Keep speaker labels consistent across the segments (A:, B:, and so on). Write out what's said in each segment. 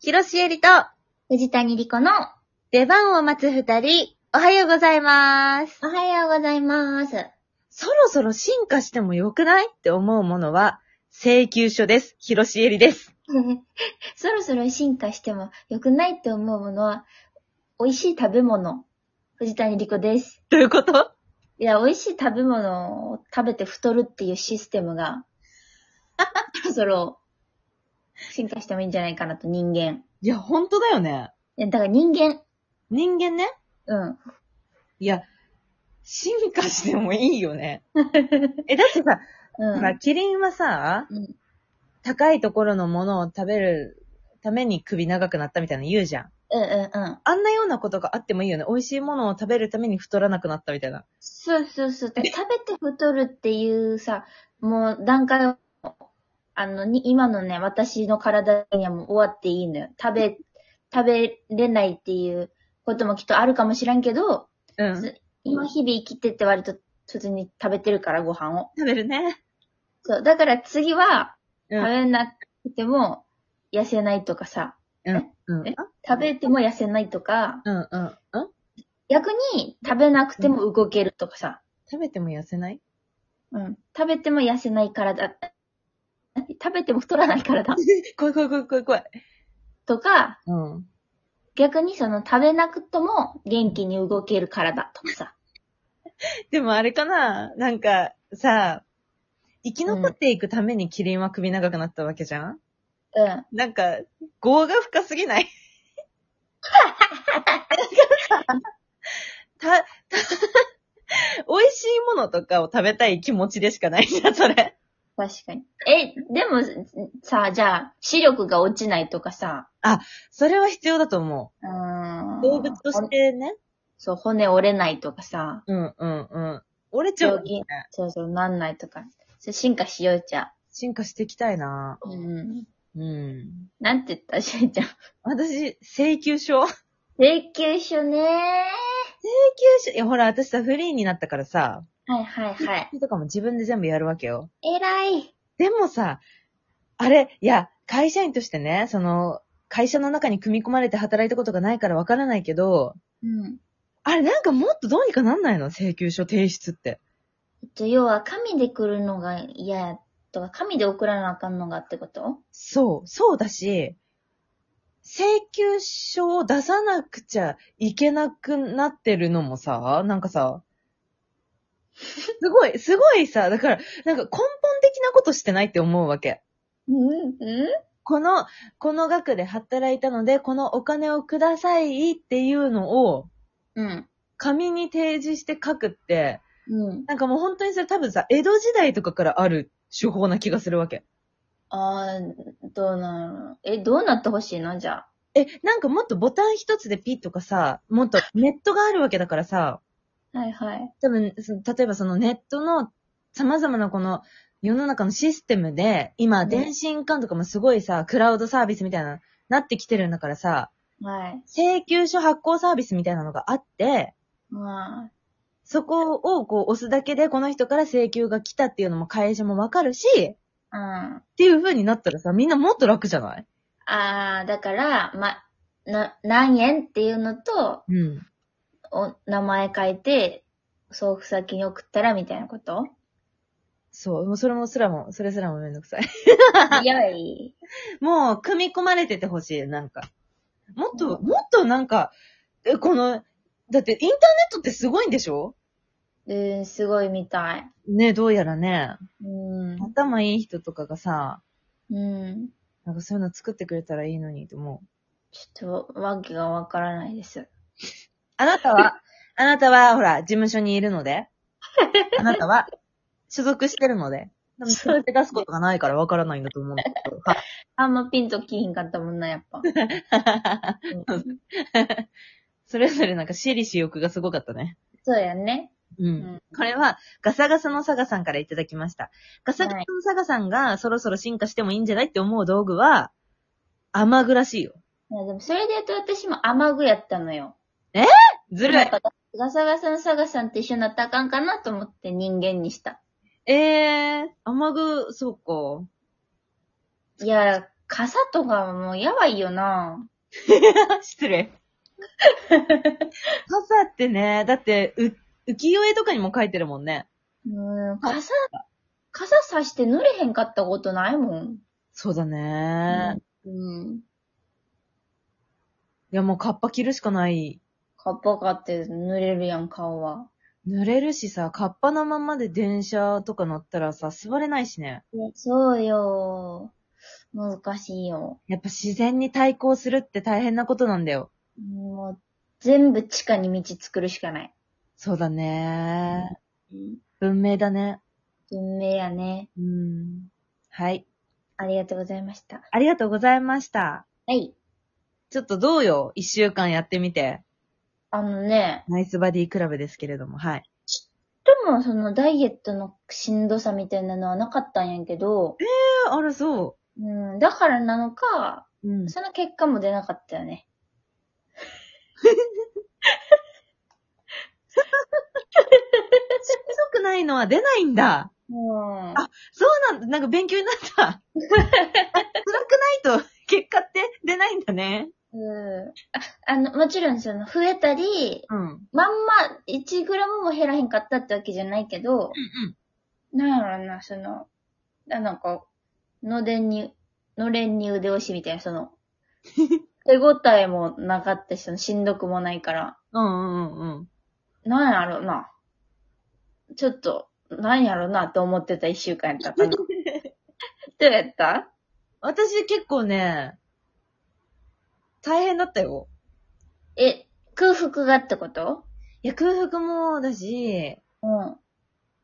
A: 広瀬えりと
B: 藤谷莉子の
A: 出番を待つ二人、おはようございます。
B: おはようございます。
A: そろそろ進化してもよくないって思うものは、請求書です。広瀬えりです。
B: そろそろ進化しても良くないって思うものは、美味しい食べ物。藤谷莉子です。
A: どういうこと
B: いや、美味しい食べ物を食べて太るっていうシステムが、 そろそろ進化してもいいんじゃないかなと人間。
A: いや、ほんとだよね。
B: いやだから人間。
A: 人間ね。
B: うん。
A: いや、進化してもいいよね。 え、だってさ、
B: うん。
A: まあ、キリンはさ、
B: うん
A: 高いところのものを食べるために首長くなったみたいなの言うじゃん。
B: うんうんうん。
A: あんなようなことがあってもいいよね。美味しいものを食べるために太らなくなったみたいな。
B: そうそうそう。だから食べて太るっていうさ、もう段階を、あの、に今のね、私の体にはもう終わっていいのよ。食べ、食べれないっていうこともきっとあるかもしらんけど、
A: うん。
B: そ
A: 食
B: う今日々生きてって割と普通に食べてるから、ご飯を。
A: べるね。
B: そう。だから次
A: う
B: は、
A: ん
B: 食べなくても痩せないとかさ、
A: うん。うん。
B: え食べても痩せないとか、
A: うん。うん。うん
B: 逆に食べなくても動けるとかさ、
A: 食べても痩せない
B: うん。食べても痩せない体。食べても太らない体
A: 怖い怖い怖い怖い怖い。
B: とか、
A: うん。
B: 逆にその食べなくとも元気に動ける体とかさ。
A: でもあれかななんか、さ、生き残っていくためにキリンは首長くなったわけじゃん、
B: うん。
A: なんか、業が深すぎない た、た、美味しいものとかを食べたい気持ちでしかないじゃん、それ。
B: 確かに。え、でもさ、じゃあ、視力が落ちないとかさ、
A: それは必要だと思
B: うーん。
A: う。動物と
B: ほ
A: し
B: ん
A: てね。
B: そう、骨折れないとかさ、
A: うんうんうん。俺ちょ
B: 病、気、そうそう、なんないとか。そう進化しようじゃ
A: 進化していきたいな
B: あ。うん。
A: うん。
B: なんて言った しゅうちゃん。
A: 私、請求書
B: 請求書ねー。
A: 九州、いや、ほら、私さ、フリーになったからさ、
B: はいはい はい。
A: とかも自分で全部やるわけよ。
B: 偉い。
A: でもさ、あれ、いや、会社員としてね、その、会社の中に組み込まれて働いたことがないからわからないけど、
B: うん。
A: あれ、なんかもっとどうにかなんないの請求書提出って。
B: えっと、要は、紙で来るのが嫌や、とか、紙で送らなあかんのがってこと
A: そう、そうだし、請求書を出さなくちゃいけなくなってるのもさ、なんかさ、すごい、すごいさ、だから、なんか根本的なことしてないって思うわけ。
B: うん、う
A: この、この額で働いたので、このお金をくださいっていうのを、
B: んうん。
A: 紙に提示して書くって、
B: うん。
A: なんかもう本当にそれ多分さ、江戸時代とかからある手法な気がするわけ。
B: あー、どうなのえ、どうなってほしいのじゃあ。
A: え、なんかもっとボタン一つでピッとかさ、もっとネットがあるわけだからさ、
B: はいはい。
A: 多分、その例えばそのネットの様々なこの世の中のシステムで、今
B: ね
A: 電信管とかもすごいさ、クラウドサービスみたいな、なってきてるんだからさ、
B: はい。
A: 請求書発行サービスみたいなのがあって、
B: まあ、
A: そこをこう押すだけでこの人から請求が来たっていうのも会社もわかるし、っ
B: うん。
A: ていう風になったらさ、みんなもっと楽じゃない
B: あー、だから、ま、な、何円っていうのと、
A: うん。
B: お、名前書いて、送付先に送ったらみたいな こと
A: そう。もうそれもすらも、それすらもめんどくさい。
B: 早い。
A: もう、組み込まれててほしい、なんか。もっと、もっとなんか、えこの、だってインターネットってすごいんでしょ
B: うん、すごいみたい。
A: ねどうやらね。
B: うん。
A: 頭いい人とかがさ、
B: うん。
A: なんかそういうの作ってくれたらいいのにと思う。
B: ちょっと、わけがわからないです。
A: あなたは、あなたは、ほら、事務所にいるので、あなたは、所属してるので、多分それで出すことがないからわからないんだと思うんだけど。は
B: あんまピンときひんかったもんな、やっぱ。うん
A: それぞれなんか私利私欲がすごかったね。
B: そうやね。
A: う。
B: うんん。
A: これは、ガサガサのサガさんからいただきました。ガサガサのサガさんがそろそろ進化してもいいんじゃないって思う道具は、雨具らしいよ。
B: いや、でもそれで言うと私も雨具やったのよ。
A: ずるい
B: やっ。ぱガサガサのサガさんと一緒になったらあかんかなと思って人間にした。
A: えー、雨具、そうか。
B: いや、傘とかもうやばいよな。
A: 失 礼。傘ってね、だって、う、浮世絵とかにも書いてるもんね。
B: うん、傘、傘さして濡れへんかったことないもん。
A: そうだね。
B: うん。
A: いや、もうカッパ着るしかない。
B: カッパ買って濡れるやん、顔は。
A: 濡れるしさ、カッパのままで電車とか乗ったらさ、座れないしね。
B: いやそうよ。難しいよ。
A: やっぱ自然に対抗するって大変なことなんだよ。
B: もう、全部地下に道作るしかない。
A: そうだね。文明だね。
B: 運命やね。
A: うん。はい。
B: ありがとうございました。
A: ありがとうございました。
B: はい。
A: ちょっとどうよ一週間やってみて。
B: あのね、
A: ナイスバディクラブですけれども、はい。
B: でもそのダイエットのしんどさみたいなのはなかったんやけど、
A: えあら、そ
B: うん、だからなのか、
A: う。うん。
B: その結果も出なかったよね。
A: 強くないのは出ないんだ。
B: うん。
A: そうなんだ。なんか勉強になった。あ辛くないと結果って出ないんだね。
B: うん。ああの、もちろんその増えたり、
A: うん。うん
B: まんま1グラムも減らへんかったってわけじゃないけど、
A: うん。
B: なんやろな、その、ななんか、のれんに、のれんに腕押しみたいな、そ の、手応えもなかったし、そのしんどくもないから、
A: うんうんうんうん。
B: なんやろな。ちょっと、なんやろなと思ってた一週間やった かな。どうやった
A: 私結構ね、大変だったよ。
B: え、空腹がってこと
A: いや、空腹もだし、
B: うん。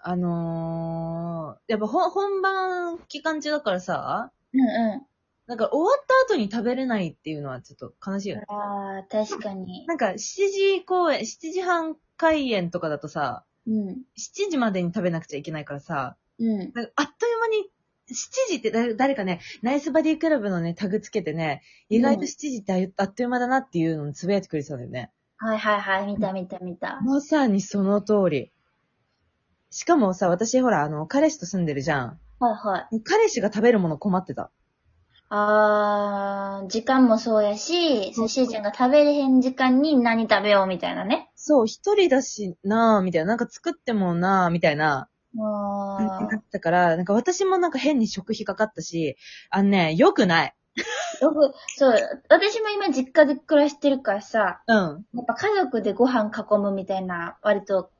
A: あのー、やっぱ本本番期間中だからさ、
B: うんう
A: なんか終わった後に食べれないっていうのはちょっと悲しいよね。
B: ん。ああ、確かに。
A: なんか7時公演、7時半開演とかだとさ、
B: うん。
A: 7時までに食べなくちゃいけないからさ、
B: うん。
A: なんかあっという間に、7時ってだ誰かね、ナイスバディクラブのね、タグつけてね、意外と7時ってああっという間だなっていうのをつぶやいてくれてたんだよね。
B: はいはいはい、見た見た見た。
A: まさにその通り。しかもさ、私ほら、あの、彼氏と住んでるじゃん。
B: はいはい。
A: 彼氏が食べるもの困ってた。
B: あー、時間もそうやし、そしーちゃんが食べれへん時間に何食べようみたいなね。
A: そう、一人だしなぁ、みたいな。なんか作ってもなぁ、みたいな。
B: あ
A: だ
B: ー、
A: ったから、なんか私もなんか変に食費かかったし、あのね、良くない。
B: よく、そう、私も今実家で暮らしてるからさ、
A: うん。
B: やっぱ家族でご飯囲むみたいな、割と、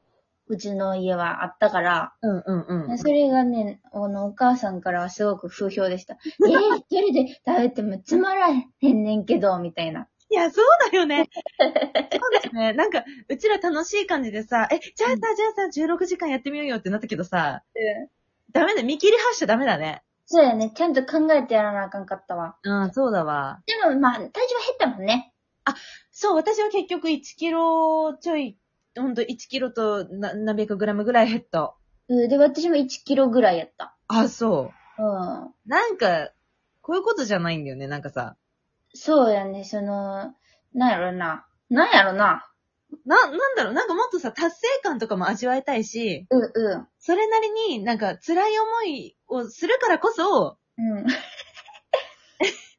B: うちの家はあったから、
A: うんうんうん。
B: それがね、あの、お母さんからはすごく不評 でした。えー、一人で食べてもつまらへんねんけど、みたいな。
A: いや、そうだよね。そうだよね。なんか、うちら楽しい感じでさ、え、じゃあさ、じゃあさ、16時間やってみようよってなったけどさ、ダメだ、見切り発車ダメだね。
B: そうやね、ちゃんと考えてやらなあかんかったわ。
A: うん、そうだわ。
B: でもまあ、体重は減ったもんね。
A: そう、私は結局1キロちょい、ほんと1キロとな何百グラムぐらい減った。
B: うん、で、私も1キロぐらいやった。
A: あ、そう。
B: うん。
A: なんか、こういうことじゃないんだよね、なんかさ。
B: そうやね、その、なんやろな。なんやろな。
A: な、なんだろう、なんかもっとさ、達成感とかも味わいたいし、
B: うん、う
A: それなりになんか辛い思いをするからこそ、
B: ん。うん。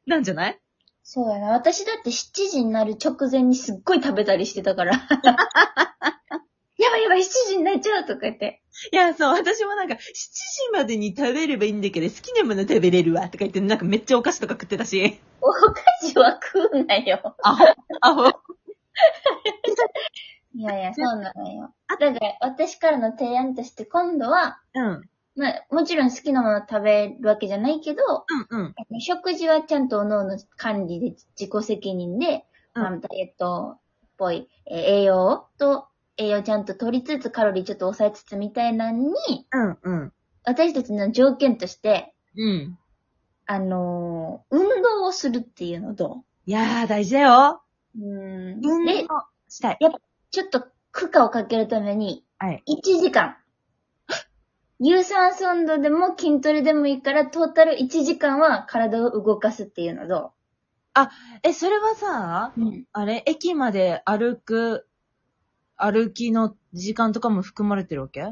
A: なんじゃない
B: そうやな。私だって7時になる直前にすっごい食べたりしてたから。 やばいやばい、7時になっちゃうとか言って。
A: いや、そう、私もなんか、7時までに食べればいいんだけど、好きなもの食べれるわ、とか言って、なんかめっちゃお菓子とか食ってたし。
B: お菓子は食うなよ。
A: アホ、アホ。
B: いやいや、そうなのよ。だから、私からの提案として今度は、
A: うん、うん、
B: まあ、もちろん好きなもの食べるわけじゃないけど、
A: うん。
B: あの食事はちゃんと各々管理で自己責任で、
A: うん
B: まあ、ダイエットっぽい、えー栄養と、栄養ちゃんと取りつつカロリーちょっと抑えつつみたいなのに、
A: うん、うん。
B: 私たちの条件として、
A: うん。
B: あのー運動をするっていうのと、
A: いやー、大事だよ。
B: うん
A: 運動
B: で、
A: したい。
B: ちょっと負荷をかけるために、
A: はい。
B: 1時間。有酸素運動でも筋トレでもいいから、トータル1時間は体を動かすっていうのと、
A: え、それはさ、
B: うん、
A: あれ、駅まで歩く、歩きの時間とかも含まれてるわけ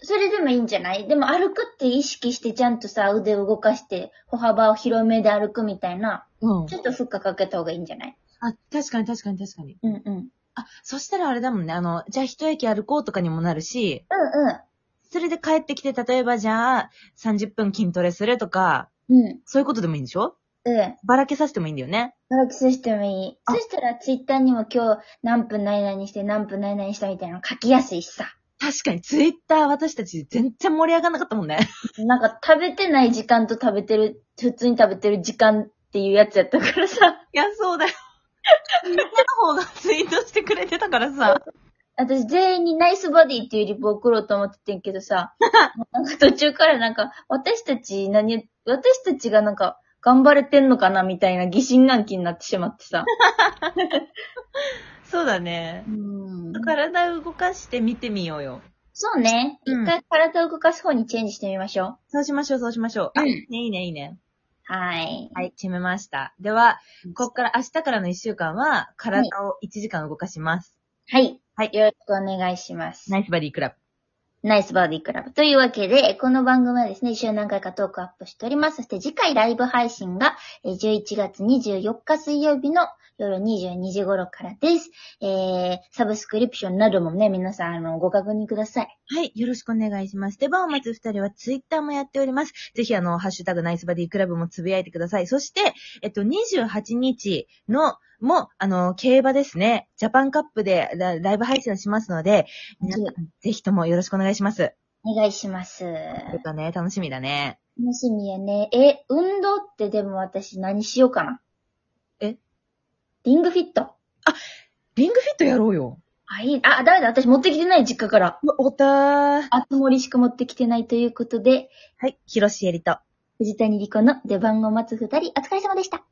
B: それでもいいんじゃないでも歩くって意識してちゃんとさ、腕を動かして、歩幅を広めで歩くみたいな、
A: うん。
B: ちょっと負荷かけた方がいいんじゃない
A: あ、確かに確かに確かに。
B: うんうん。うん
A: あ、そしたらあれだもんね、あの、じゃあ一駅歩こうとかにもなるし、
B: う
A: それで帰ってきて、例えばじゃあ、30分筋トレするとか、
B: ん。うん。
A: そういうことでもいいんでしょ
B: うん。
A: ばらけさせてもいいんだよね。
B: 登録システムいい。
A: あ
B: そしたらツイッターにも今日何分何々して何分何々したみたいなの書きやすいしさ。
A: 確かに、ツイッター私たち全然盛り上がんなかったもんね。
B: なんか食べてない時間と食べてる、普通に食べてる時間っていうやつやったか らさ。
A: いや、そうだよ。みんなの方がツイートしてくれてたからさ。
B: 私全員にナイスボディっていうリプ送ろうと思っててんけどさ。なんか途中からなんか私たち何、私たちがなんか頑張れてんのかなみたいな疑心暗鬼になってしまってさ。
A: そうだね。
B: うん
A: 体を動かして見てみようよ。
B: そうね。
A: うん
B: 一回体を動かす方にチェンジしてみましょ
A: そうしましょう、そうしましょう。あ、
B: うん
A: いいね、いいね、いいね。
B: う。はい。
A: はい、決めました。では、ここから明日からの1週間は、体を1時間動かします。
B: はい。
A: はい
B: よろしくお願いします。
A: ナイスバディクラブ。
B: ナイスバーディークラブ。というわけで、この番組はですね、一週何回かトークアップしております。そして次回ライブ配信が、えー11月24日水曜日の夜22時頃からです。えー、サブスクリプションなどもね、皆さん、あの、ご確認ください。
A: はい。よろしくお願いします。では、お待ち二人はツイッターもやっております。ぜひ、あの、ハッシュタグナイスバディクラブもつぶやいてください。そして、えっと、28日の、も、あの、競馬ですね。ジャパンカップでラライブ配信をしますので、皆さん、ぜひともよろしくお願いします。
B: お願いします。
A: ちょっとね、楽しみだね。
B: 楽しみやね。え、運動ってでも私何しようかな。
A: え
B: リングフィット。
A: リングフィットやろうよ。
B: あ、いい。あ、ダメだ。私持ってきてない、実家から。
A: うわおたー。
B: あつ森しか持ってきてないということで、
A: はい。広ロシエリと。
B: 藤谷莉子の出番を待つ二人、お疲れ様でした。